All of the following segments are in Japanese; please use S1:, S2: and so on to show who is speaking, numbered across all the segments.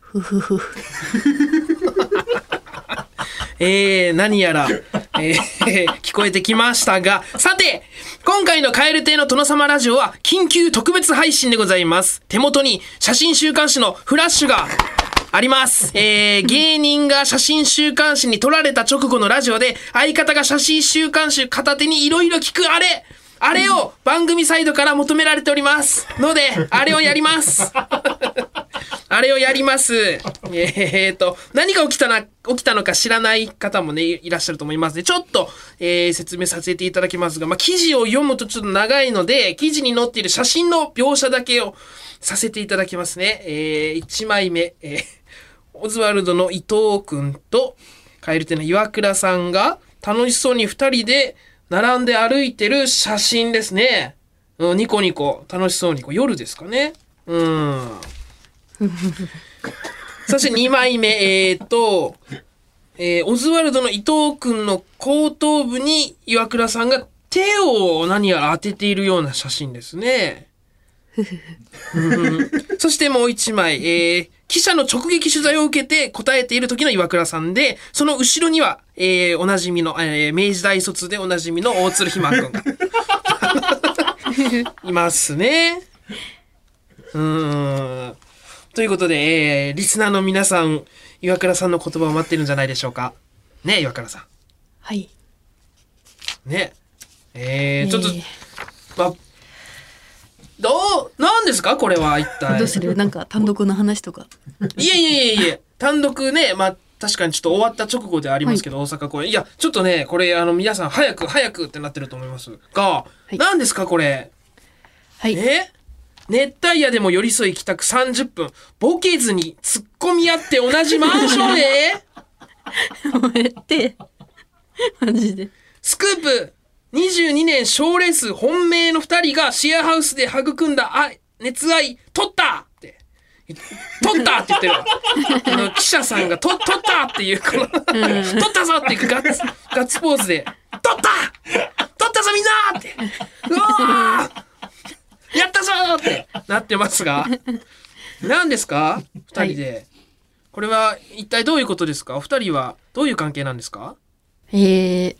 S1: ふふふ。
S2: えー、何やら、えー、聞こえてきましたが、さて、今回のカエル亭の殿様ラジオは緊急特別配信でございます。手元に写真週刊誌のフラッシュがあります。えー、芸人が写真週刊誌に撮られた直後のラジオで、相方が写真週刊誌片手にいろいろ聞くあれあれを番組サイドから求められております。ので、あれをやります。あれをやります。えー、と、何が起きたな、起きたのか知らない方もね、いらっしゃると思いますので、ちょっと、えー説明させていただきますが、まあ、記事を読むとちょっと長いので、記事に載っている写真の描写だけをさせていただきますね。え1枚目、えーオズワルドの伊藤くんと、カエルテの岩倉さんが、楽しそうに二人で並んで歩いてる写真ですね。うん、ニコニコ、楽しそうに、こう夜ですかね。うん。そして2枚目、えー、と、えーオズワルドの伊藤くんの後頭部に岩倉さんが手を何やら当てているような写真ですね。うんそしてもう1枚、えー記者の直撃取材を受けて答えている時の岩倉さんで、その後ろには、えーおなじみの、えー明治大卒でおなじみの大鶴ひまくんがいますね。うーん。ということで、えー、リスナーの皆さん、岩倉さんの言葉を待ってるんじゃないでしょうか。ね、岩倉さ
S1: はい。
S2: ん。ね。え
S1: え
S2: ー、ちょっと、ま、どう、なんですかこれは一体。
S1: どうするなんか単独の話とか。
S2: いやいやいやいや、単独ね、まあ、確かにちょっと終わった直後ではありますけど、大阪公演。いや、ちょっとね、これ、あの、皆さん、早く、早くってなってると思いますが、
S1: い
S2: 何ですか、これ。
S1: はい。
S2: え熱帯夜でも寄り添い帰宅30分、ボケずに突っ込み合って同じマンションへ
S1: こうやって、マジで。
S2: スクープ22年賞レース本命の2人がシェアハウスで育んだ愛熱愛取ったって取ったって言ってるわあの記者さんがと取ったっていうこの取ったぞっていうガッツガッツポーズで取った取ったぞみんなってうわーやったぞってなってますが何ですか2人で、これは一体どういうことですかお二人はどういう関係なんですか
S1: えー、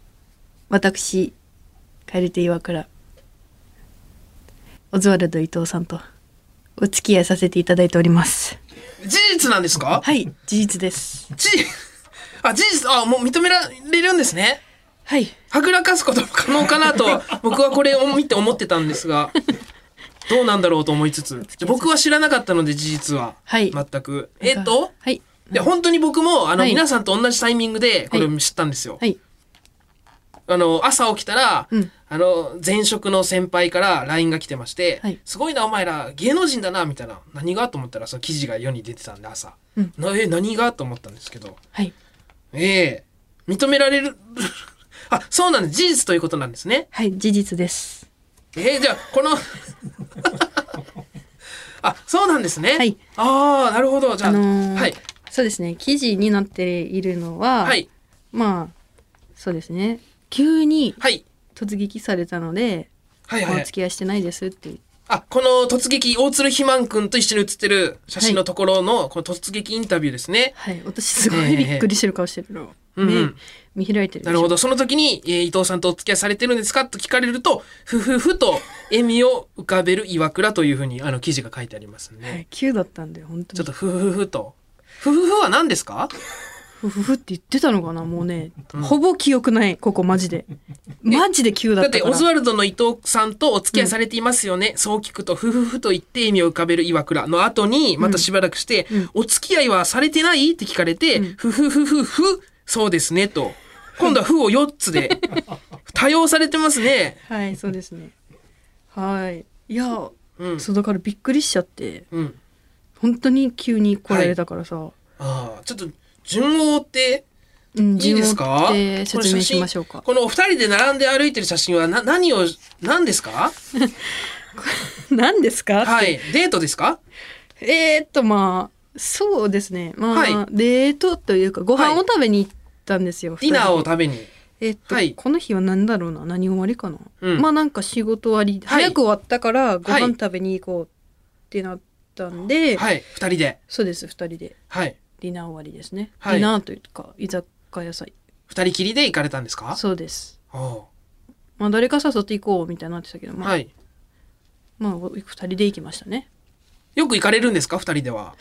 S1: 私、カエルテ岩倉、オズワルド伊藤さんとお付き合いさせていただいております。
S2: 事実なんですか
S1: はい、事実です。
S2: ち、 あ、事実、あ、もう認められるんですね。
S1: はい。
S2: はぐらかすことも可能かなと、 僕はこれを見て思ってたんですが、どうなんだろうと思いつ つ、僕は知らなかったので、事実は。
S1: はい
S2: 全く。えっと、
S1: はい。
S2: で、本当に僕も、あの、
S1: はい
S2: 皆さんと同じタイミングで、これを知ったんですよ。
S1: はい。
S2: あの、朝起きたら、
S1: うん
S2: あの、前職の先輩から LINE が来てまして、
S1: はい
S2: すごいな、お前ら、芸能人だな、みたいな。何がと思ったら、その記事が世に出てたんで、朝。
S1: うん
S2: なえ、何がと思ったんですけど、
S1: はい。
S2: ええ認められる。 あ、そうなんです。事実ということなんですね。
S1: はい、事実です。
S2: ええじゃあ、この。あ、そうなんですね。
S1: はい。
S2: ああ、なるほど。じゃあ、
S1: あのー
S2: はい。
S1: そうですね、記事になっているのは、
S2: はい。
S1: まあ、そうですね、急に
S2: はい。
S1: 突撃されたので、
S2: はいはい
S1: お
S2: は
S1: 付
S2: い。
S1: き合いしてないですっていう
S2: あ、この突撃、大鶴ひまんくんと一緒に写ってる写真のところの、この突撃インタビューですね。
S1: はい、私すごいびっくりしてる顔してるの。
S2: うんうん
S1: 目見開いてるでしょ。
S2: なるほど。その時に、えー伊藤さんとお付き合いされてるんですかと聞かれると、ふふふと笑みを浮かべる岩倉というふうに、あの、記事が書いてありますね。
S1: はい、急だったんだよ、本当に。
S2: ちょっとふふふと。ふふふは何ですか
S1: ふふふって言ってたのかな、もうね、ほぼ記憶ない、ここマジで。マジで急
S2: だ
S1: だっ
S2: ったて
S1: から。
S2: オズワルドの伊藤さんとお付き合いされていますよね、そう聞くとふふふと言って意味を浮かべる岩倉の後にまたしばらくして、
S1: うん
S2: お付き合いはされてないって聞かれて、
S1: うん
S2: ふふふふふそうですねと今度は「ふ」を4つ で多用されてますね。
S1: はい、そうですね。はい。いや、
S2: うん
S1: そうだからびっくりしちゃって、
S2: うん、
S1: 本当に急に来られたからさ、
S2: ああちょっと順を追って
S1: うん、
S2: いいですか
S1: 順を追って説明しましょう
S2: この写真
S1: か。
S2: このお二人で並んで歩いてる写真はな何を何ですか
S1: 何ですか、
S2: はいデートですか
S1: えー、っとまあそうですねまあ、
S2: はい
S1: デートというかご飯を
S2: はい
S1: 食べに行ったんですよ、
S2: ディナーを
S1: 二人で
S2: 食べに。
S1: えっと、
S2: はい
S1: この日は何だろうな何終わりかな、
S2: うん
S1: まあなんか仕事終わり、
S2: はい
S1: 早く終わったからご
S2: はい
S1: 飯食べに行こうってなっったんで、
S2: はい。二人で。
S1: そうです、二人で。
S2: はい。
S1: ディナー終わりですね。
S2: はい
S1: ディナーというか、居酒屋さん。
S2: 二人きりで行かれたんですか
S1: そうです。
S2: お
S1: まあ、誰か誘っていこうみたいになってたけど、
S2: う
S1: まあ、
S2: はい。
S1: まあ、二人で行きましたね。
S2: よく行かれるんですか二人では。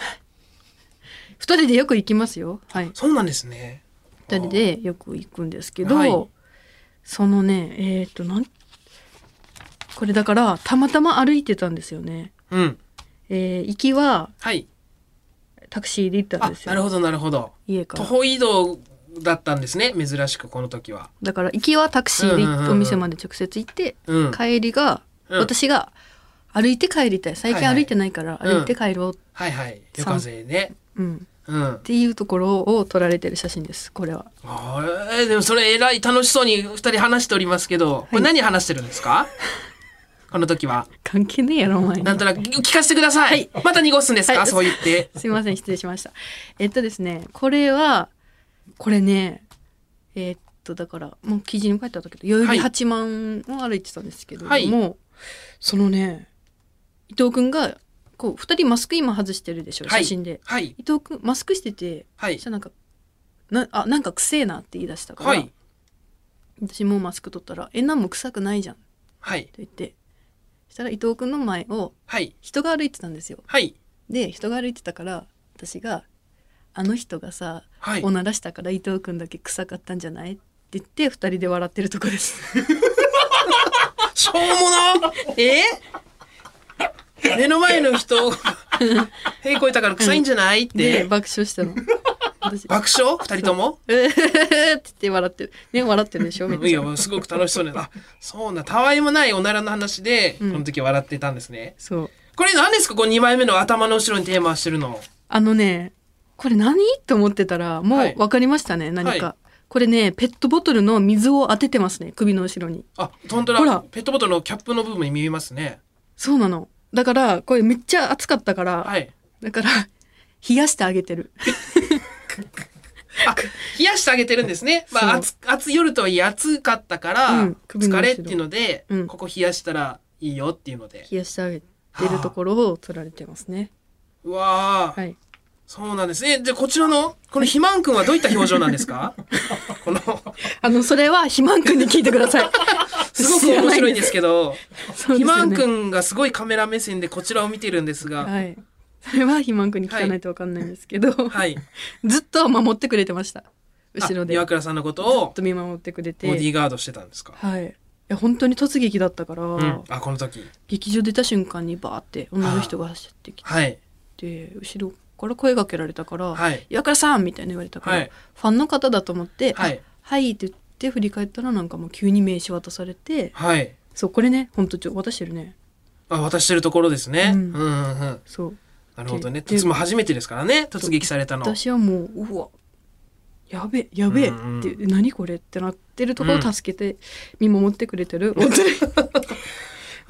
S1: 二人でよく行きますよ。はい。
S2: そうなんですね。
S1: 二人でよく行くんですけど、
S2: はい
S1: そのね、えっ、と、なん、これだから、たまたま歩いてたんですよね。
S2: うん。
S1: えー行きは
S2: はい。
S1: タクシーで行ったん
S2: あ
S1: です、よ。
S2: なるほど、なるほど。
S1: 家か
S2: 徒
S1: ら。
S2: 歩移動だったんですね。珍しく、この時は。
S1: だから、行きはタクシーで
S2: うんうんうんうん
S1: お店まで直接行って、
S2: うん。はい
S1: 帰りが、
S2: うん
S1: 私が歩いて帰りたい。最近歩いてないから
S2: いはい
S1: 歩いて帰ろう。
S2: はい。夜風ね。
S1: うん。
S2: うん
S1: っ。ていうところを撮られてる写真です。これは。
S2: あれでもそれえらい楽しそうに二人話しておりますけど、これ何話してるんです かこの時は。
S1: 関係ねえやろ、お前。
S2: なんとなく聞かせてください。また濁すんですか、
S1: はい
S2: そう言って。
S1: すいません、失礼しました。えっとですね、これは、これね、えっと、だから、もう記事に書いてあったけど、代々木八幡を歩いてたんですけども、
S2: はい
S1: そのね、伊藤くんが、こう、二人マスク今外してるでしょ、
S2: はい
S1: 写真で。
S2: はい。
S1: 伊藤くん、マスクしてて、
S2: はい
S1: じ。ゃなんか、なあなんか臭えなって言い出したから、
S2: はい。
S1: 私もうマスク取ったら「えなんも臭くないじゃん」と
S2: はい。
S1: 言ってしたら伊藤君の前を
S2: はい。
S1: 人が歩いてたんですよ
S2: はい。
S1: で人が歩いてたから私が「あの人がさ、
S2: はい
S1: おならしたから伊藤君だけ臭かったんじゃない?」って言って二人で笑ってるとこです
S2: しょうもなえ目の前の人、へいこいたから臭いんじゃないっ
S1: で
S2: て。
S1: 爆笑し たの私
S2: 爆笑二人とも
S1: 「えー」って言って笑ってるね笑ってるでしょめっ
S2: い
S1: ち
S2: や、
S1: ゃ
S2: もうすごく楽しそうな。あ、そうな。たわいもないおならの話で、こ
S1: うん
S2: の時笑ってたんですね。
S1: そう
S2: これ何ですかこう2枚目の頭の後ろにテーマしてるの。
S1: あのねこれ何と思ってたらも
S2: は
S1: う
S2: い
S1: 分かりましたね、何か、
S2: は
S1: これねペットボトルの水を当ててますね首の後ろに
S2: あ、本当だ
S1: ほら
S2: ペットボトルのキャップの部分に見えますね。
S1: そうなの。だから、これめっちゃ暑かったから、
S2: はい。
S1: だから、冷やしてあげてる。
S2: あ、冷やしてあげてるんですね。まあ、
S1: そう
S2: 暑、暑夜とはいえ暑かったから、
S1: うん首の
S2: 疲
S1: 後ろ
S2: れっていうので、
S1: うん
S2: ここ冷やしたらいいよっていうので。
S1: 冷やしてあげてるところを取られてますね。
S2: うわあ、
S1: はい。
S2: そうなんですね。じゃあこちらの、この肥満くんはどういった表情なんです かこの、
S1: あの、それは、肥満くんに聞いてくだ さい。。
S2: すごく面白いんですすけど、
S1: そう
S2: 肥
S1: ですよ
S2: 満
S1: ね
S2: くんがすごいカメラ目線でこちらを見てるんですが、
S1: はい。それは肥満くんに聞かないとわかんないんですけど、
S2: はい。
S1: ずっと守ってくれてました。後ろ
S2: あ
S1: で。
S2: 岩
S1: ず
S2: 倉さんのこと
S1: っ
S2: を
S1: と見守ってくれて。
S2: ボディーガードしてたんですか
S1: はい。いや、本当に突撃だったから、
S2: うん、あこの時
S1: 劇場出た瞬間にバーって女の人が走ってき
S2: はい
S1: て、後ろから声がけられたから、
S2: はい
S1: 岩倉さんみたいな言われたから、
S2: はい
S1: ファンの方だと思って「
S2: はい
S1: あはい」って言って振り返ったらなんかもう急に名刺渡されて
S2: はい
S1: そうこれねほんとちょ渡してるね
S2: あ渡してるところですね、う、
S1: うんん
S2: うんうん
S1: そう
S2: なるほどね
S1: で
S2: 突も初めてですからね突撃されたの
S1: 私はもううわやべやべえ
S2: うんうん
S1: って、何これってなってるところ
S2: うん
S1: を助けて見守ってくれてる大鶴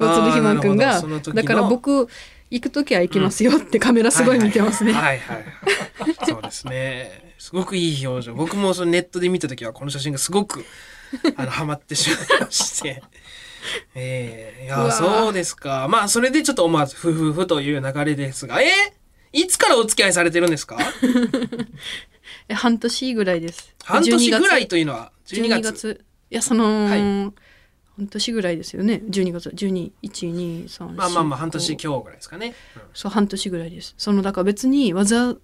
S1: 大
S2: あー
S1: 鶴ひまくん
S2: なるほど
S1: が
S2: その時の
S1: だから僕行く時は行きますよってカメラすごい見てますね、
S2: はいはい、はいはいはい、そうですねすごくいい表情僕もそのネットで見た時はこの写真がすご くあのハマってしまいましてえー、いうや
S1: わー
S2: そうですかまあそれでちょっと思わずふふふという流れですがえー、いつからお付き合いされてるん ですか
S1: え半年ぐらいです
S2: 半年ぐら
S1: 12
S2: いというのは
S1: 月
S2: 12月
S1: 12月いやその、
S2: はい
S1: 半年ぐらいですよね12月121234
S2: まあまあまあ半年今日ぐらいですかね、うん
S1: そう半年ぐらいですそのだから別にわざ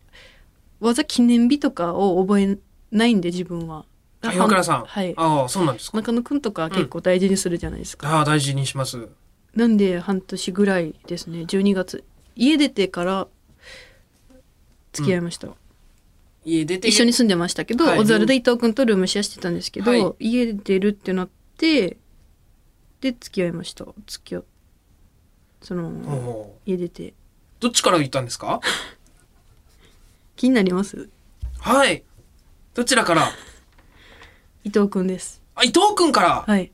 S1: わざ記念日とかを覚えないんで自分は
S2: あ岩倉さん。
S1: はい
S2: ああ、そうなんですか。
S1: 中野くんとか結構大事にするじゃないですか、
S2: ああ、大事にします。
S1: なんで半年ぐらいですね12月家出てから付き合いました、
S2: 家出て。
S1: 一緒に。住んでましたけど、
S2: はい
S1: 小猿で伊藤君とルームシェアしてたんですけど、
S2: は
S1: 家出るってなってで付き合いました付き合うその
S2: おお。
S1: 家出て
S2: どっちから行ったんですか
S1: 気になります
S2: はい。どちらから
S1: 伊藤君です
S2: あ、伊藤くんから。
S1: はい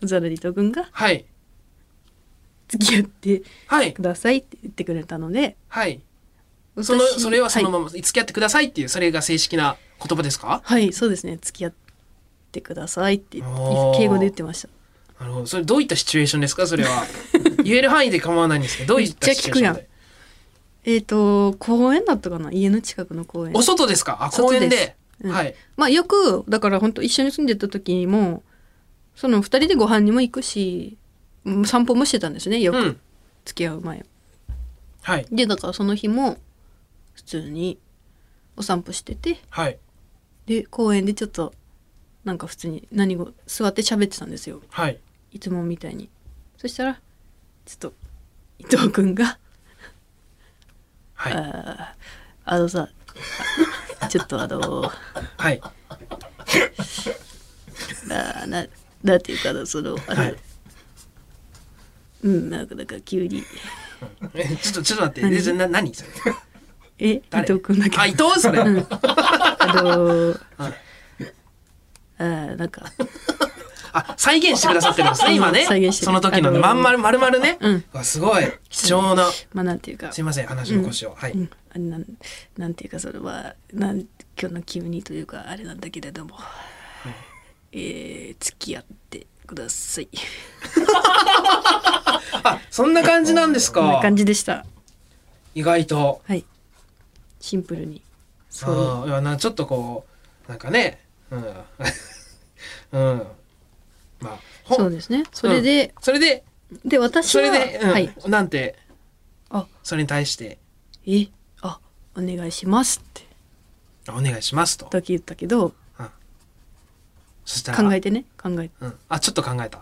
S1: 小猿で伊藤君が
S2: はい。
S1: 付き合って
S2: はい
S1: く。ださいって言ってくれたので
S2: はい。その、
S1: 私
S2: それはその
S1: はい、
S2: まま、付き合ってくださいっていう、それが正式な言葉ですか
S1: はいそうですね付き合ってくださいって
S2: おー
S1: 敬語で言ってました
S2: なる ほど。それどういったシチュエーションですかそれは。言える範囲で構わないんですけど、どういった
S1: めっ
S2: シ
S1: ちゃ
S2: チュエーショ
S1: 聞くや
S2: ン
S1: ん
S2: で
S1: えっ、と公園だったかな家の近くの公園
S2: お外ですかあ公園で
S1: 外ですうん
S2: はい
S1: まあよくだから本当一緒に住んでた時にもその二人でご飯にも行くしうん散歩もしてたんですねよ
S2: う
S1: く
S2: ん
S1: 付き合う前、
S2: はい
S1: でだからその日も普通にお散歩してて
S2: はい
S1: で公園でちょっとなんか普通に何を座って喋ってたんですよ
S2: はい
S1: いつもみたいにそしたらちょっと伊藤君が「
S2: はい
S1: あーあのさ あちょっとあの
S2: はい
S1: なななんていうかなそのあの、
S2: はい
S1: うんなんかなんか急に
S2: えちょっとちょっと待ってえじゃあな何それ
S1: え伊
S2: 誰
S1: 藤君だけど
S2: あ伊藤それ
S1: うんあのー
S2: はい
S1: あーなんか
S2: あ再現してくださってるんですね今ね
S1: 再現してる
S2: その時のね
S1: あのー
S2: まんまるまるまるね
S1: うん
S2: わすごい貴重な
S1: まあなんていうか
S2: すいません話の腰をはい
S1: うん、あなんなんていうかそれはなん今日の急にというかあれなんだけれども、えー、付き合ってください
S2: あそんな感じなんです
S1: こんな
S2: か
S1: 感じでした
S2: 意外と
S1: はいシンプルにそう
S2: ああいやなちょっとこうなんかねうん うんまあほん
S1: そうですねそれで、
S2: それで
S1: で私
S2: そ
S1: は
S2: れで、うん
S1: はい
S2: なんて
S1: あ
S2: それに対して
S1: えあお願いしますって
S2: 「お願いしますと」
S1: だけ言ったけど
S2: そしたら
S1: 考えてね考えて
S2: うん、あちょっと考えた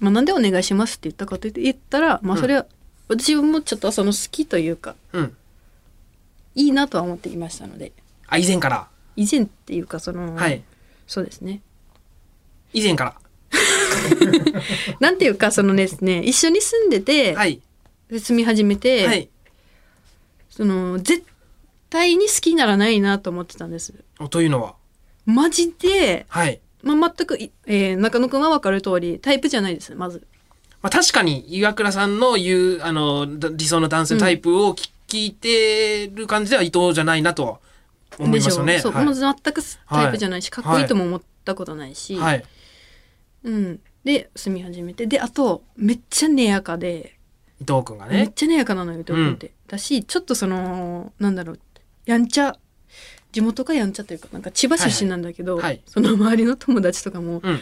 S1: まあなんでお願いしますって言ったかと言ったらまあ
S2: うん
S1: それは、私もちょっとその好きというか
S2: うん
S1: いいなとは思っていましたので
S2: あ以前から、
S1: 以前っていうかその、
S2: はい
S1: そうですね
S2: 以前か
S1: なんていうかそのですね一緒に住んでて、
S2: らはい
S1: 住み始めて、
S2: はい
S1: その絶対に好きにならないなと思ってたんです
S2: おというのは
S1: マジで、
S2: はい、
S1: まあ、全くい、えー中野くんは分かる通りタイプじゃないですまず
S2: まあ、確かに岩倉さんの言うあのだ理想の男性タイプを聞,、聞いてる感じでは伊藤じゃないなとは思い
S1: で
S2: ま
S1: し
S2: す
S1: ょ
S2: よね
S1: そう、
S2: はい
S1: もう全くタイプじゃないし、かっこいいとも思ったことないし、
S2: はい
S1: うん、で住み始めてであとめっちゃ寝やかで
S2: 伊藤君が
S1: めっ
S2: ね
S1: ちゃ寝やかなのよと思って、だしちょっとそのなんだろうやんちゃ地元がやんちゃというかなんか千葉出身なんだけど、
S2: はいはいはい
S1: その周りの友達とかも
S2: うん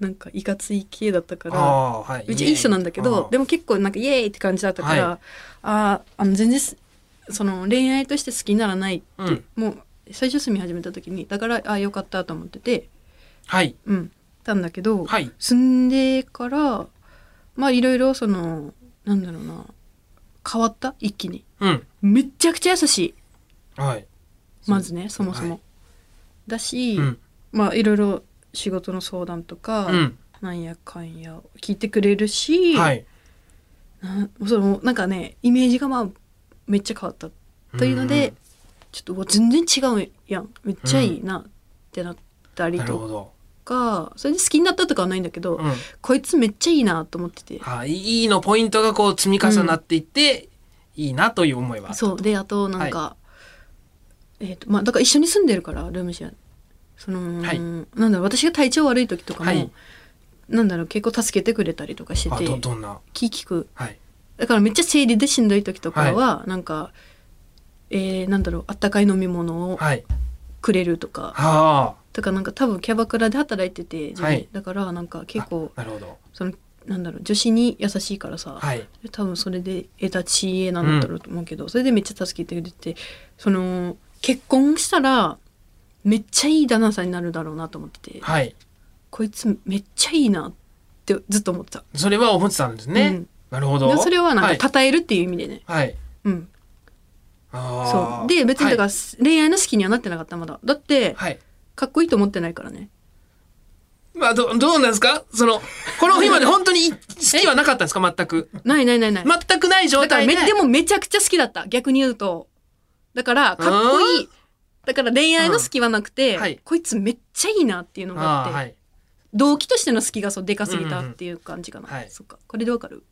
S1: なんかいかつい系だったか
S2: あ
S1: ら
S2: あはいう
S1: ちいい人なんだけどでも結構なんかイエーイって感じだったから、
S2: は
S1: あーあの全然すその恋愛として好きにならないって、
S2: うん
S1: もう最初住み始めた時にだからああよかったと思ってて
S2: はい
S1: うんたんだけど、
S2: はい
S1: 住んでからまあいろいろそのなんだろうな変わった一気に
S2: うん
S1: めっちゃくちゃ優しい
S2: はい
S1: まずねそもそも、
S2: は
S1: だし、
S2: うん
S1: まあいろいろ仕事の相談とか、
S2: うん
S1: なんやかんや聞いてくれるし、
S2: はい
S1: なそのなんかねイメージがまあめっちゃ変わったというので、
S2: うん
S1: ちょっとうわ全然違うやんめっちゃいいなってなったり
S2: なる
S1: と
S2: ほど
S1: かそれで好きになったとかはないんだけど、
S2: うん
S1: こいつめっちゃいいなと思ってて
S2: あいいのポイントがこう積み重なっていって、いいなという思いは
S1: そうであとなんか、えっ、とまあだから一緒に住んでるからルームシェアその、
S2: はい
S1: なんだろう私が体調悪い時とかも、
S2: はい
S1: なんだろう結構助けてくれたりとかして
S2: あ
S1: て
S2: どどんな
S1: 気聞く
S2: はい
S1: だからめっちゃ生理でしんどい時とかは、なんかえー、なんだろうあったかい飲み物を
S2: はい
S1: くれるとか、
S2: あ
S1: とかなんか多分キャバクラで働いてて、自分
S2: はい
S1: だからなんか
S2: ー
S1: 結構
S2: あなるほど
S1: そのなんだろう女子に優しいからさ、
S2: はい
S1: 多分それで得た知恵なんだろうと思うけど、それでめっちゃ助けてくれてその結婚したらめっちゃいい旦那さんになるだろうなと思ってて、
S2: はい
S1: こいつめっちゃいいなってずっと思ってた。
S2: それは思ってたんですね、
S1: うん
S2: なるほ
S1: で
S2: ど
S1: それはなん
S2: はい、
S1: か称えるっていう意味でね、
S2: はい、
S1: うん
S2: あー
S1: そうで別にだか
S2: は
S1: ら恋愛の好きにはなってなかったまだだって
S2: い、はい
S1: かっこいいと思ってないからね
S2: まあどどうなんですかそのこの日まで本当に好きはなかったんですか全 く
S1: ないないないない
S2: 全くない状
S1: だから
S2: 態
S1: め
S2: で
S1: でもめちゃくちゃ好きだった逆に言うとだからかっこいいだから恋愛の好きはなくて、
S2: うんはい
S1: こいつめっちゃいいなっていうのがあっ
S2: あ
S1: て、
S2: ーはい
S1: 動機としての好きがそうでかすぎたっていう感じか
S2: う
S1: な、
S2: んうんはい
S1: そっかこれでわかる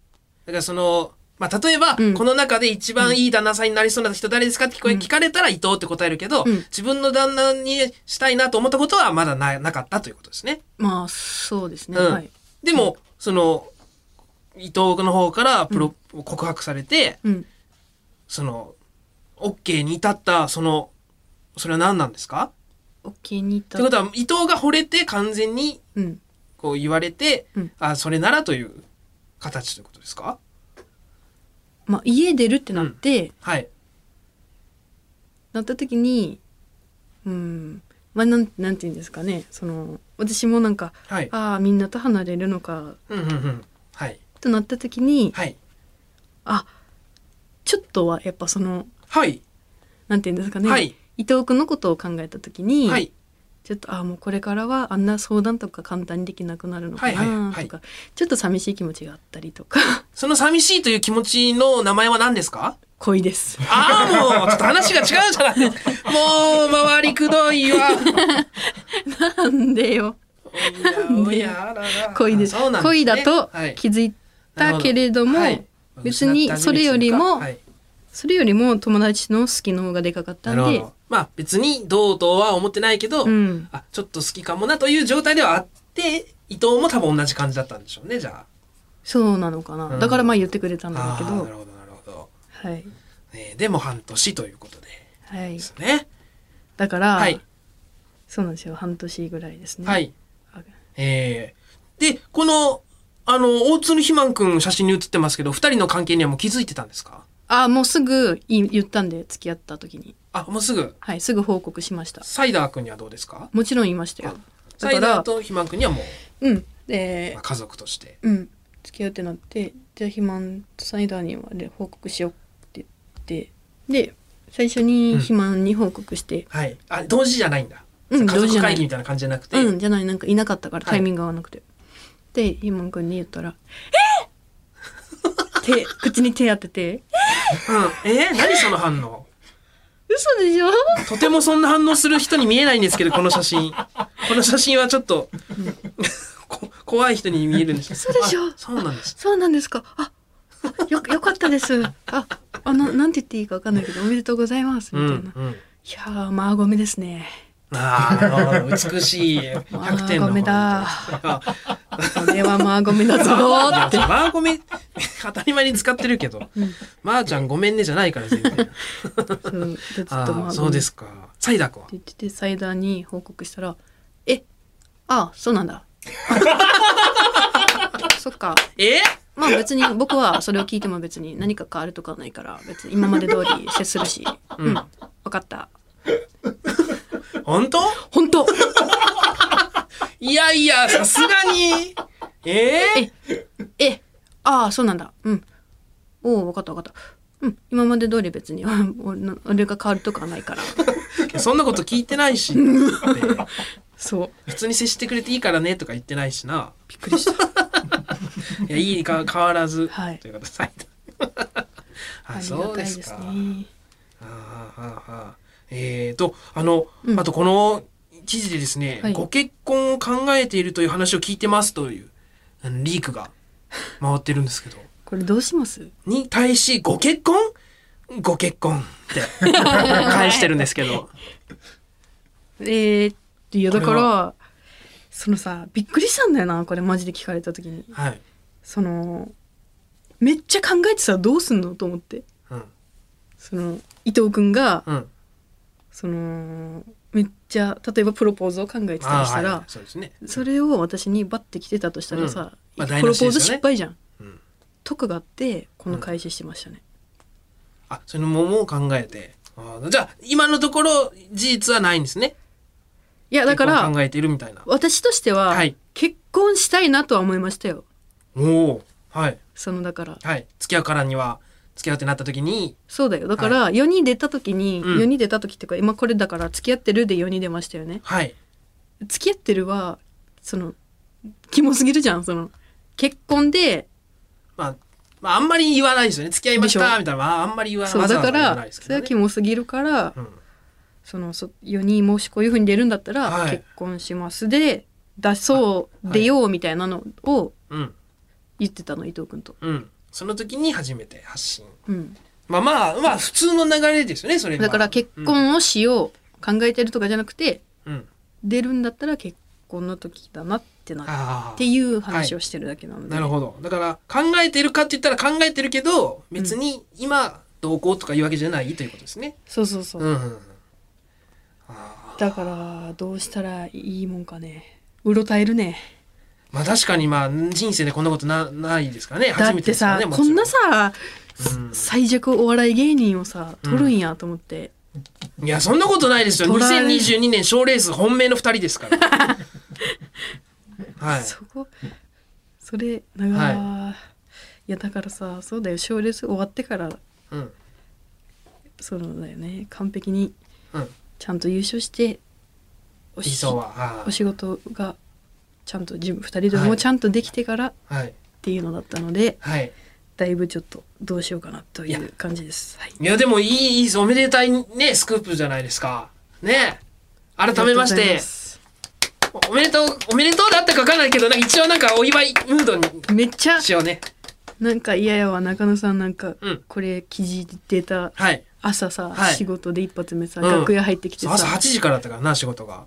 S2: だからそのまあ、例えば、
S1: うん
S2: この中で一番いい旦那さんになりそうな人誰ですかって聞こえ、
S1: うん
S2: 聞かれたら伊藤って答えるけど、
S1: うん
S2: 自分の旦那にしたいなと思ったことはまだななかったということですね。
S1: まあそうですね、
S2: うん
S1: はい
S2: でも、その、伊藤の方からプロ、告白されて、
S1: うん。
S2: その、OK に至った、その、それは何なんですか
S1: お気に入っ
S2: と
S1: た
S2: いうことは、伊藤が惚れて完全に
S1: うん。
S2: こう言われて、
S1: うん
S2: あ、それならという形ということですか
S1: まあ、家出るってなって、
S2: はい。
S1: なった時に、うん。まあ、なん、なんて言うんですかね。その、私もなんか、
S2: はい。
S1: ああ、みんなと離れるのか、
S2: うんうんうん。はい。
S1: となった時に、
S2: はい。
S1: あ、ちょっとはやっぱその、
S2: はい。
S1: なんて言うんですかね。
S2: はい。
S1: 伊藤君のことを考えた時に、
S2: はい。
S1: ちょっとああもうこれからはあんな相談とか簡単にできなくなるのかなとか、
S2: はいはいはい
S1: ちょっと寂しい気持ちがあったりとか
S2: その寂しいという気持ちの名前は何ですか
S1: 恋です。
S2: ああ、もう、ちょっと話が違うじゃない。 もう、回りくどい わ。
S1: なんでよ
S2: おやおやあらら
S1: 恋です
S2: そうなんね
S1: 恋だと
S2: はい
S1: 気づいたけれども、
S2: はい
S1: 別にそれよりも
S2: はい
S1: それよりも友達の好きの方がでかかった
S2: なんるほ
S1: で
S2: ど。まあ別にどうとは思ってないけど、
S1: うん
S2: あちょっと好きかもなという状態ではあって伊藤も多分同じ感じだったんでしょうねじゃ
S1: そうなのかな、
S2: うん
S1: だからまあ言ってくれた
S2: あ。
S1: んだけ
S2: あーな
S1: ど
S2: るほどなるほど。
S1: はい、
S2: えーでも半年ということで
S1: はい
S2: で、すね。
S1: だから、
S2: はい
S1: そうなんですよ半年ぐらいですね、
S2: はい。
S1: あ
S2: えーでこのあの大鶴肥満くん写真に写ってますけど二人の関係にはもう気づいてたんですか
S1: あもうすぐ言い言ったんで付き合った時に
S2: あもうすぐ
S1: はいすぐ報告しました
S2: サイダーくんにはどうですか
S1: もちろん言いましたよだ
S2: サ
S1: か
S2: イダー
S1: ら
S2: と肥満くんにはもう
S1: うんで
S2: まあ家族として。
S1: うん付き合うってなってじゃあ肥満とサイダーにはで報告しようって言ってで最初に
S2: うん
S1: 肥満に報告して
S2: はい。あ同時じゃないんだ。
S1: う
S2: 家
S1: ん同時じ
S2: 族
S1: ゃな
S2: 会
S1: い
S2: 議みたいな感じじゃなくて。
S1: うん、じゃないなんかいなかったから
S2: はい
S1: タイミング合わなくて、で肥満君に言ったら「えっ!」手口に手当てて
S2: うん、えー何その反応
S1: 「嘘でしょ?
S2: とてもそんな反応する人に見えないんですけどこの写真この写真はちょっと、 こ怖い人に見えるんです
S1: 嘘でしょ
S2: あそうなんです」
S1: そうなんですかああよよかったですああのなんて言っていいかわかんないけどおめでとうございます」
S2: うん
S1: み
S2: う
S1: たいな「い
S2: ん
S1: やーまあごめですね
S2: あーなるほど美しい100点の
S1: あーごめだ
S2: あ
S1: これはまあごめだぞ」
S2: いや
S1: って
S2: まあごめん当たり前に使ってるけど、まあちゃんごめんねじゃないから全然
S1: そうでずっ
S2: あ
S1: と
S2: ー
S1: まあ
S2: そうですかサイダー君は
S1: って言っててサイダーに報告したら「えああそうなんだ」 そっか
S2: え
S1: まあ別に僕はそれを聞いても別に何か変わるとかはないから別に今まで通り接するしうん、分かった
S2: 本当
S1: 本当
S2: いやいやさすがにえー、
S1: えああそうなんだうんおお分かった分かったうん今まで通り別に うん俺俺が変わるとかはないから
S2: そんなこと聞いてないし。って
S1: そう
S2: 普通に接してくれていいからねとか言ってないしな。
S1: びっくりした
S2: いや、いいか変わらず。
S1: はい
S2: ということで、
S1: あ
S2: あ、
S1: りが
S2: そう
S1: た
S2: で
S1: い
S2: す
S1: です
S2: か。
S1: ね
S2: ああああああえーと、あの、
S1: うん
S2: あとこの記事でですね、
S1: はい
S2: ご結婚を考えているという話を聞いてますというあのリークが 回ってるんですけど、
S1: これどうします
S2: に対し、ご結婚ご結婚って 返してるんですけど。
S1: えー、いやだか
S2: これ
S1: らそのさびっくりしたんだよなこれマジで聞かれた時に
S2: はい。
S1: そのめっちゃ考えてさどうすんのと思って
S2: うん。
S1: その伊藤君が
S2: うん。
S1: そのめっちゃ例えばプロポーズを考えてた
S2: あ
S1: と
S2: あ
S1: したら、
S2: はいそうですね。
S1: それを私にバッて来てたとしたらさ、
S2: うんまあ
S1: プ
S2: 台無
S1: ロ
S2: し
S1: ポー
S2: ですよね
S1: ズ失敗じゃん
S2: うん
S1: 得があってこの開始してましたね、
S2: あ、そのももを考えて。あーじゃあ、今のところ、事実はないんですね。
S1: いやだか
S2: 結婚を
S1: ら
S2: 考えているみたいな。
S1: 私としては、
S2: はい
S1: 結婚したいなとは思いましたよ
S2: おおー。はい。
S1: そのだから
S2: はい。付き合うからには、付き合うってなった時に、
S1: そうだよだから世に出た時に、
S2: うん
S1: 世に出た時っていうか今これだから付き合ってるで世に出ましたよね
S2: はい。
S1: 付き合ってるはそのキモすぎるじゃんその結婚で
S2: まあ、まあ、あんまり言わないですよね。付き合いまし
S1: でしょ
S2: たみたいな。まあ、あんまり言わわざ
S1: そう
S2: わざ
S1: だか
S2: 言わ
S1: ら
S2: ないですけ
S1: そ
S2: ど、
S1: れは
S2: ね。
S1: キモすぎるから
S2: うん。
S1: そのそ世にもしこういうふうに出るんだったら、
S2: はい
S1: 結婚しますで出そう、
S2: はい
S1: 出ようみたいなのを
S2: うん。
S1: 言ってたの伊藤君と、
S2: うん。その時に初めて発信。
S1: うん、
S2: まあまあ、まあ、普通の流れですよね、それは
S1: だから結。婚をしよう、考えてるとかじゃなくて
S2: うん。うん
S1: 出るんだったら結婚の時だなっしてないっ
S2: あ
S1: て
S2: あ。
S1: いう話をしてるだけなので、
S2: なるほど。だから、考えてるかって言ったら考えてるけど、別に今、どうこうとかいうわけじゃないということですね。
S1: そうそうそう、
S2: うんうん。ああ。
S1: だからどうしたらいいもんかねうろたえるね
S2: まあ確かにまあ、人生でこんなことな、ないですからね。
S1: だ
S2: 初
S1: っ
S2: めて
S1: て
S2: ですから
S1: さ、
S2: ね。も
S1: こ
S2: ちろ
S1: んな、さ
S2: うん
S1: 最弱お笑い芸人をさ取るんやと思って、
S2: いや、そんなことないですよ。
S1: 取られ
S2: 2022年賞レース本命の2人ですから。 はい。
S1: そこそれ長、
S2: はい
S1: やだからさそうだよ賞レース終わってから
S2: うん。
S1: そうだよね完璧に
S2: うん。
S1: ちゃんと優勝してお
S2: 理
S1: し
S2: 想は。
S1: お仕事がちゃんと自分2人で
S2: はい
S1: もちゃんとできてからっ
S2: はい。
S1: ていうのだったので、
S2: はい。
S1: だいぶちょっとどうしようかなとい
S2: いや
S1: う感じです。はい、
S2: いや、でもいい、いいです、おめでたいね、スクープじゃないですか。ね。改めまし
S1: ありがとうござい
S2: て、
S1: す
S2: おめでとう、おめでとうだって書かないけど、なんか一応なんかお祝いムードに
S1: めっちゃ
S2: しようね。
S1: なんか嫌やわ中野さんなんか、
S2: うん
S1: これ記事出た
S2: はい。
S1: 朝さ、
S2: はい
S1: 仕事で一発目さ、
S2: うん
S1: 楽屋入ってきて
S2: そう
S1: さ
S2: 朝8時からだったからな、仕事が。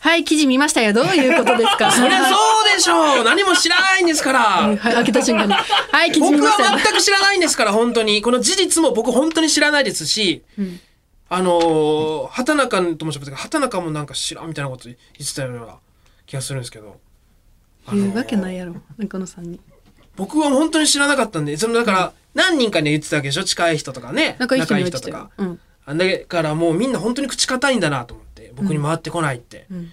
S1: はい記事見ましたよどういうことです か
S2: そりゃそうでしょう何も知らないんですから
S1: はい、開けた瞬間に「はい記事見
S2: 僕
S1: ま
S2: は
S1: したよ
S2: 全く知らないんですから、本当に。この事実も僕本当に知らないですし、」
S1: うん
S2: あのー、畑中ともしゃべったけど、畑中もなんか知らんみたいなこと言ってたような気がするんですけど。あのー
S1: 言うわけないやろ中野さんに
S2: 僕は本当に知らなかったんで、そのだから、何人かに言ってたわけでしょ近い人とかね。
S1: 仲いい人に
S2: 仲良
S1: は言ってた
S2: と
S1: よ
S2: か。、
S1: うん
S2: あだからもうみんな本当に口固いんだなと思って、僕に回ってこないって。
S1: うん、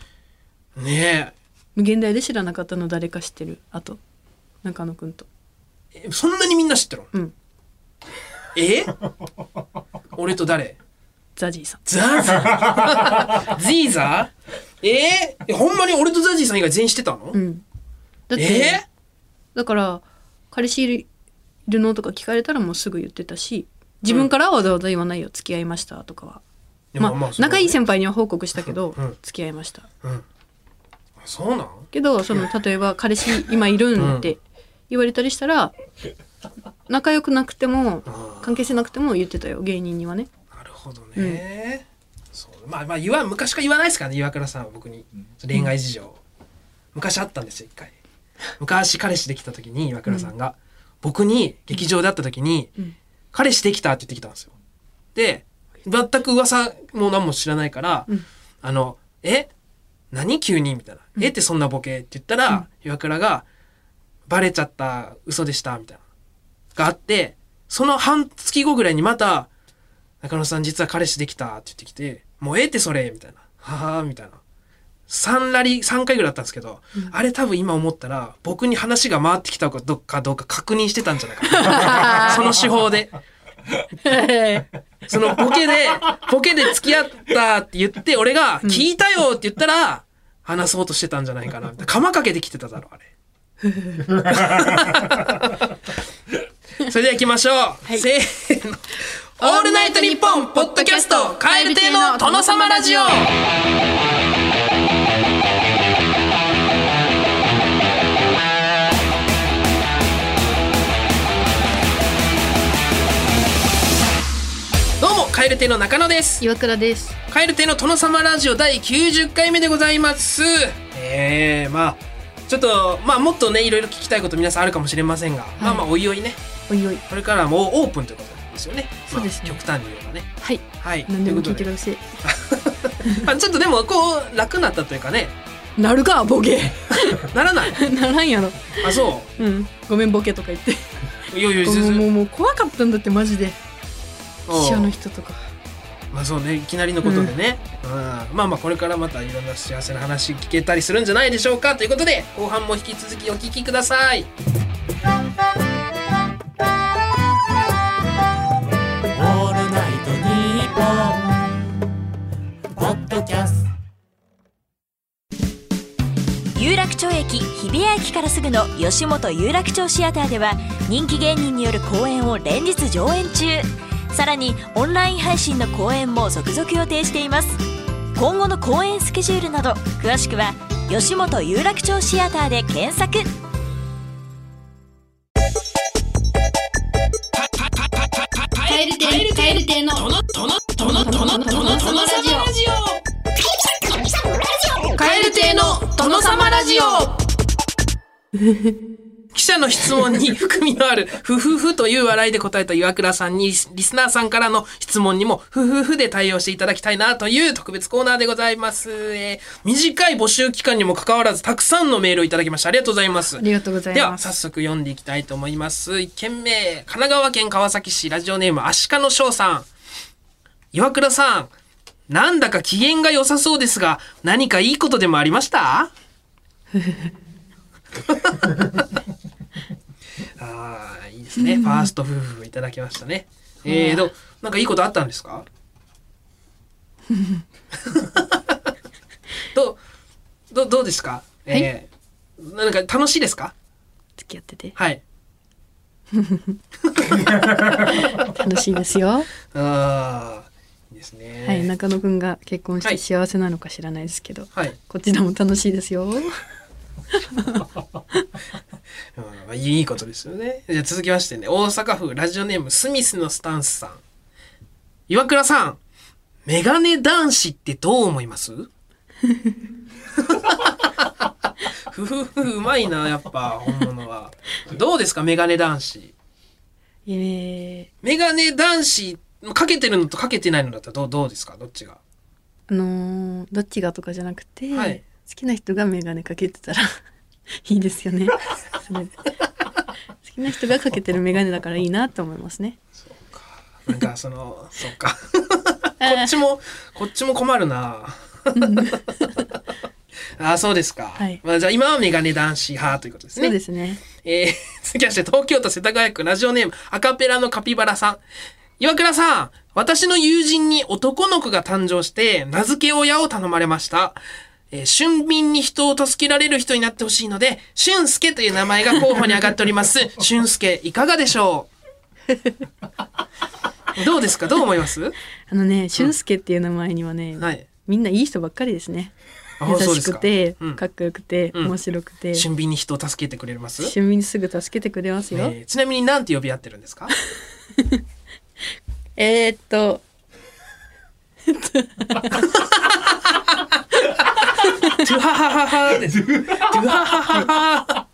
S2: ね
S1: 無限大で知らなかったの誰か知ってるあと中野くんと
S2: ええ。そんなにみんな知ってるの
S1: うん
S2: え 俺と誰
S1: ザジーさん
S2: ザーザージーザーえー、ほんまに俺とザジーさん以外全員知ってたの、
S1: うんだって、
S2: え
S1: だから彼氏いるいるのとか聞かれたらもうすぐ言ってたし自分からはわざわざ言わないよ付き合いましたとかは、
S2: ー、
S1: まあ、仲いい
S2: 輩。
S1: 先輩には報告したけど、
S2: うん
S1: 付き合いました
S2: うん。あそうなん
S1: けどその例えば彼氏今いるんって言われたりしたら仲良くなくても
S2: あー
S1: 関係性なくても言ってたよ芸人にはね
S2: なるほどね。そうまあまあ言わん昔から言わないですからね岩倉さんは僕に恋愛事情、昔あったんですよ一回昔彼氏できた時に岩倉さんが、僕に劇場で会った時に、
S1: うん
S2: 彼氏できたって言ってきたんですよで全く噂も何も知らないから「
S1: うん
S2: あのえ何急に?」みたいな「えってそんなボケ?」って言ったら、岩倉が「バレちゃった嘘でした」みたいながあってその半月後ぐらいにまた「中野さん実は彼氏できた」って言ってきて「もうええってそれ」みたいな「はは」みたいな3ラリー3回ぐらいあったんですけど、あれ多分今思ったら僕に話が回ってきたかどうかどうか確認してたんじゃないかなその手法で。そのボ ケで、ボケで付き合ったって言って、俺が、聞いたよって言ったら、話そうとしてたんじゃないかな。釜かけてきてただろ、あれ。 それでは行きましょう。
S1: い
S2: せーの。オールナイトニッポンポッドキャスト、カエル亭の殿様ラジオ。どうも、カエル亭の中野です。
S1: 岩倉です
S2: カエル亭の殿様ラジオ第90回目でございます。ええまあ、ちょっと、まあもっとね、いろいろ聞きたいこと皆さんあるかもしれませんが、まあまあ、おいおいね、
S1: おいおい
S2: これからはもうオープンということですよね。
S1: そうですね
S2: まあ極端に言えばね。
S1: はい
S2: はい。
S1: 何でも聞い
S2: と
S1: てく
S2: いう
S1: ださい
S2: ことでまあちょっとでも、こう、楽になったというか ね、
S1: なるかボケ
S2: ならない。
S1: ならんやろ
S2: あ、そ
S1: うんごめんボケとか言って
S2: う。いよいよ、
S1: も
S2: ず
S1: う
S2: ず
S1: もうもう怖かったんだってマジで
S2: おう
S1: 記者の人とか
S2: まあそうね、いきなりのことでね。うんまあまあ、これからまたいろんな幸せな話聞けたりするんじゃないでしょうか。ということで、後半も引き続きお聞きください。
S3: オールナイトニッポン」ポッドキャスト
S4: 有楽町駅日比谷駅からすぐの吉本有楽町シアターでは人気芸人による公演を連日上演中さらにオンライン配信の公演も続々予定しています今後の公演スケジュールなど詳しくは吉本有楽町シアターで検索
S5: カエル亭カエル亭のトノトノトノトノトノトノラジオ
S2: カエル亭の殿様ラジオ記者の質問に含みのある、ふふふという笑いで答えた岩倉さんに、リスナーさんからの質問にも、ふふふで対応していただきたいなという特別コーナーでございます。えー短い募集期間にもかかわらず、たくさんのメールをいただきました。ありがとうございます。
S1: ありがとうござい
S2: では
S1: ま
S2: 早
S1: す。
S2: 速読んでいきたいと思います1件目神奈川県川崎市ラジオネームアシカの翔さん岩倉さんなんだか機嫌が良さそうですが何かいいことでもありました あーいいですねファースト夫婦いただきましたねえー、どうなんかいいことあったんです かどうどうどうですか、えーなんか楽しいですか
S1: 付き合ってて
S2: はい。
S1: 楽しいで すよ。
S2: ああ、いいですね。
S1: はい、中野くんが結婚し
S2: は
S1: て
S2: い
S1: 幸せなのか知らないですけど、
S2: はい。
S1: こちらも楽しいですよ。
S2: うんまあ、いいことですよね。じゃあ続きましてね、大阪府ラジオネームスミスのスタンスさん。岩倉さん、メガネ男子ってどう思います ふふふ、うまいな、やっぱ、本物は。どうですか、メガネ男子。
S1: えー、
S2: メガネ男子、かけてるのとかけてないのだったらどうどうですかどっちが。
S1: あのーどっちがとかじゃなくて、
S2: はい
S1: 好きな人が眼鏡かけてたら いいですよね。それで好きな人がかけてる眼鏡だからいいなと思いますね。
S2: なんかそのそっかこっちもこっちも困るな あーそうですか、
S1: はい
S2: まあ、じゃあ今はメガネ男子派ということですね
S1: そうですね。
S2: えー、 続きまして東京都世田谷区ラジオネームアカペラのカピバラさん岩倉さん私の友人に男の子が誕生して名付け親を頼まれました、えー、俊敏に人を助けられる人になってほしいので俊介という名前が候補に上がっております 俊介いかがでしょう どうですかどう思います
S1: あのね、俊介っていう名前にはね、
S2: はい
S1: みんないい人ばっかりですね。
S2: あ
S1: 優
S2: そうで
S1: し
S2: す
S1: く
S2: か
S1: てか,、
S2: うん
S1: っこよくて、
S2: うん
S1: 面白くて、趣
S2: 俊敏に人を助けてくれます、
S1: 味にすぐ助けてくれます
S2: え
S1: よ。
S2: ーちなみに何て呼び合ってるん ですか
S1: えー、っと。
S2: トゥハハハハですトゥハハハハ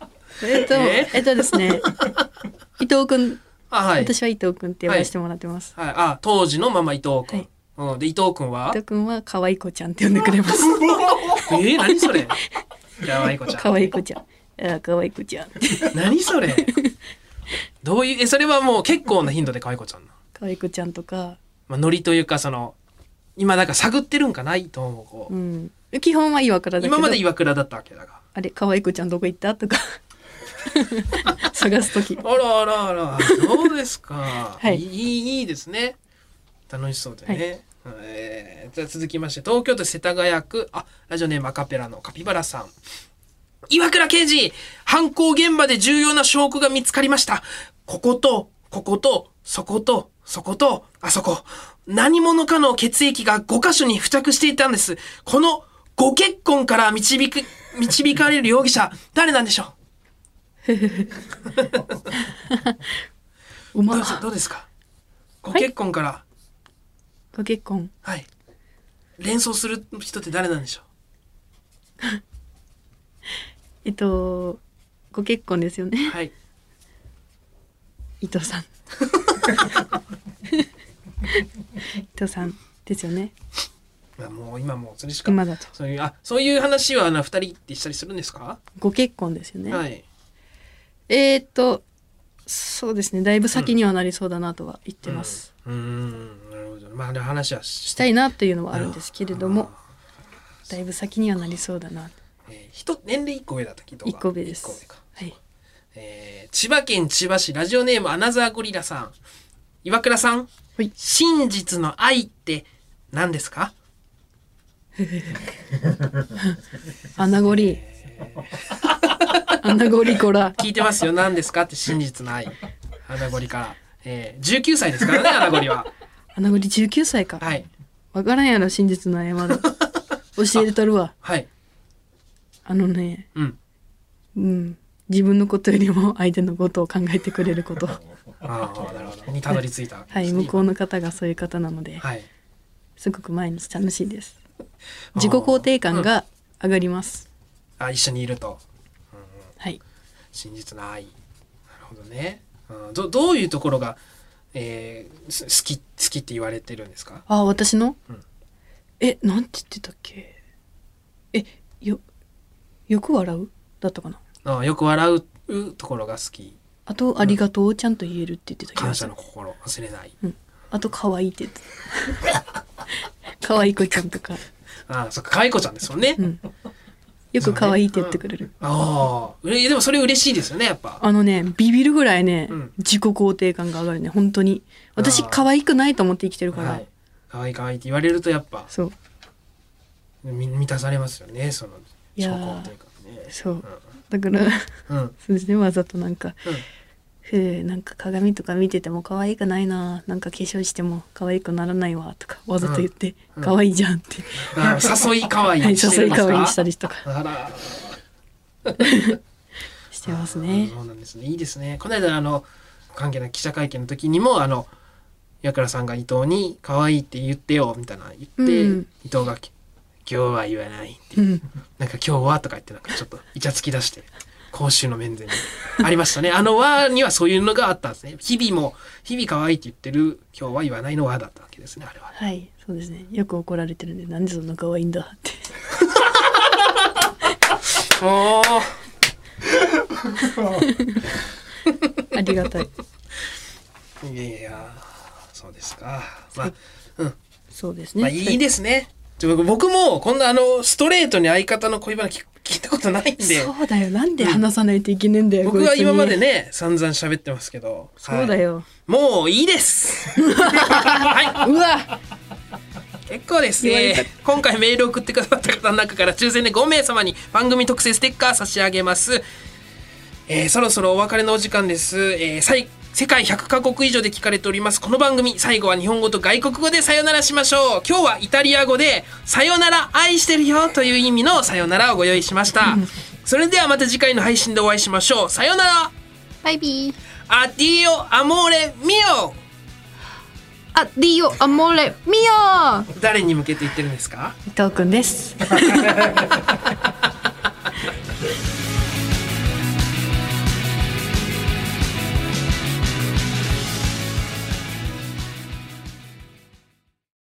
S1: えっと、
S2: え
S1: えっとで すね。伊藤くん、
S2: あはい
S1: 私は伊藤くんって呼ばせてもらってます。
S2: はい、あ当時のまま伊藤君、うん、で伊藤君は
S1: 伊藤くんは可愛い子ちゃんって呼んでくれます。
S2: えー、何そ れ可愛い子ちゃ
S1: 可
S2: ん
S1: 愛い子ちゃん。あー可愛い子ちゃん。
S2: 何それどういうえそれはもう結構な頻度で可愛い子ちゃんの、
S1: 可愛い子ちゃんとか、
S2: まあ、ノリというかその今なんか探ってるんかないと思うこう
S1: うん。基本は岩倉だけど。
S2: 今まで岩倉だったわけだが
S1: あれ、可愛い子ちゃんどこ行っ たとか。探すとき。
S2: あらあらあらそうですか、
S1: い
S2: いいいいですね楽しそうでね、えーじゃあ続きまして東京都世田谷区あラジオネームアカペラのカピバラさん岩倉刑事犯行現場で重要な証拠が見つかりましたこことこことそことそことあそこ何者かの血液が5箇所に付着していたんですこのご結婚から導く導かれる容疑者誰なんでしょ
S1: う
S2: うどう
S1: ま
S2: ですどうですかご結婚から、
S1: ご結婚。
S2: はい。連想する人って誰なんでしょ
S1: えっと、ご結婚ですよ
S2: う。
S1: ね。
S2: はい。
S1: 伊藤 さん。伊藤さんですよね。
S2: まあもう今もうそれしか。
S1: 今だと。
S2: そういうあそういう話はあの二人ってしたりするんですか？
S1: ご結婚ですよね。
S2: はい。
S1: えーっとそうですねだいぶ先にはなりそうだなとは言ってます、
S2: うーん。なるほど。まあで話はし
S1: したいなというのはあるんですけれどもだいぶ先にはなりそうだな
S2: えー人年齢一個上だったきっと。
S1: 一個上です
S2: 一個上か。
S1: はい
S2: えー千葉県千葉市ラジオネームアナザーゴリラさん。岩倉さん。
S1: はい
S2: 真実の愛って何ですか？
S1: アナゴリアナゴリコラ
S2: 聞いてますよ何ですかって真実の愛。アナゴリから。えー、19歳ですからねアナゴリは。
S1: アナゴリ19歳か
S2: はい。
S1: わからんやろ真実の謝る教えれたるわ
S2: はい。
S1: あのね
S2: うん。
S1: うん自分のことよりも相手のことを考えてくれること
S2: ああ、なるほど。にたどり着いたわけ
S1: は
S2: で
S1: い
S2: すね、
S1: 向こうの方がそういう方なので
S2: はい。
S1: すごく毎日楽しいです自己肯定感が上がります
S2: あ、一緒にいると。
S1: はい
S2: 真実の愛なるほどね、うん、どどういうところが、えーす好き好きって言われてるんですか
S1: あ、私の、
S2: うん
S1: え、なんて言ってたっけえ、よ、よく笑うだったかな
S2: ああよく笑うところが好き
S1: あと、ありがとうをちゃんと言えるって言ってた気が
S2: 感
S1: す
S2: 謝
S1: る
S2: の。心忘れない
S1: あと、可愛いって言ってた。 可愛い子ちゃんとか。
S2: ああそっかかわいこちゃんですもんね、
S1: うん。よく可愛いって言ってくれる。
S2: ああうれでもそれ嬉しいですよねやっぱ
S1: あのね、ビビるぐらいね、
S2: うん
S1: 自己肯定感が上がるね、本当に。私
S2: あー、
S1: 可愛くないと思って生きてるから。
S2: はいかわいいかわいいって言われるとやっぱ
S1: そう。
S2: み満たされますよねその
S1: いやー
S2: というかね
S1: そう。だから、
S2: うん、うん
S1: そうですね、わざとなんか、ふう、なんか鏡とか見てても可愛くないな、なんか化粧しても可愛くならないわ、とか、わざと言って、
S2: ん
S1: 可愛いじゃんって、
S2: あー誘いかわいい
S1: はい、
S2: にして
S1: 誘
S2: る
S1: い
S2: んです
S1: 可
S2: か
S1: 愛いしたりとか
S2: あら
S1: してますね
S2: あ。そうなんですね。いいですね。この間あの関係ない記者会見の時にもあの矢倉さんが伊藤に可愛いって言ってよみたいな言って、
S1: うん
S2: 伊藤がき今日は言わないって
S1: うん。
S2: なんか今日はとか言ってなんかちょっとイチャつき出して公衆の面前にありましたね。あの和にはそういうのがあったんですね。日々も日々可愛いって言ってる今日は言わないの和だったわけですね。あれは。
S1: はい、そうですね。よく怒られてるんで、なんでそんな可愛いんだ って。
S2: もう
S1: ありがたい。
S2: いやいやそうですか。まあ
S1: そうですね。
S2: まあ、いいですね。ちょ僕もこんなあのストレートに相方の恋バナ聞聞いたことないんで
S1: そうだよ。なんで話さないといけねえんだよ。
S2: 僕
S1: こいつ
S2: は
S1: に
S2: 今まで。ね散々喋ってますけど
S1: そうだ、よ。
S2: はいもういいですは
S1: うわ、
S2: い結構です、
S1: 言わ
S2: え
S1: れた
S2: ー今回メールを送ってくださった方の中から抽選で5名様に番組特製ステッカー差し上げますえーそろそろお別れのお時間です、えーさい世界100カ国以上で聞かれておりますこの番組最後は日本語と外国語でさよならしましょう今日はイタリア語で「さよなら愛してるよ」という意味の「さよなら」をご用意しま したそれではまた次回の配信でお会いしましょうさよなら
S1: バイビー。
S2: アディオアモーレミオ
S1: あ、ディオ、アモーレ、ミオ。
S2: 誰に向けて言ってるんですか
S1: 伊藤くんです。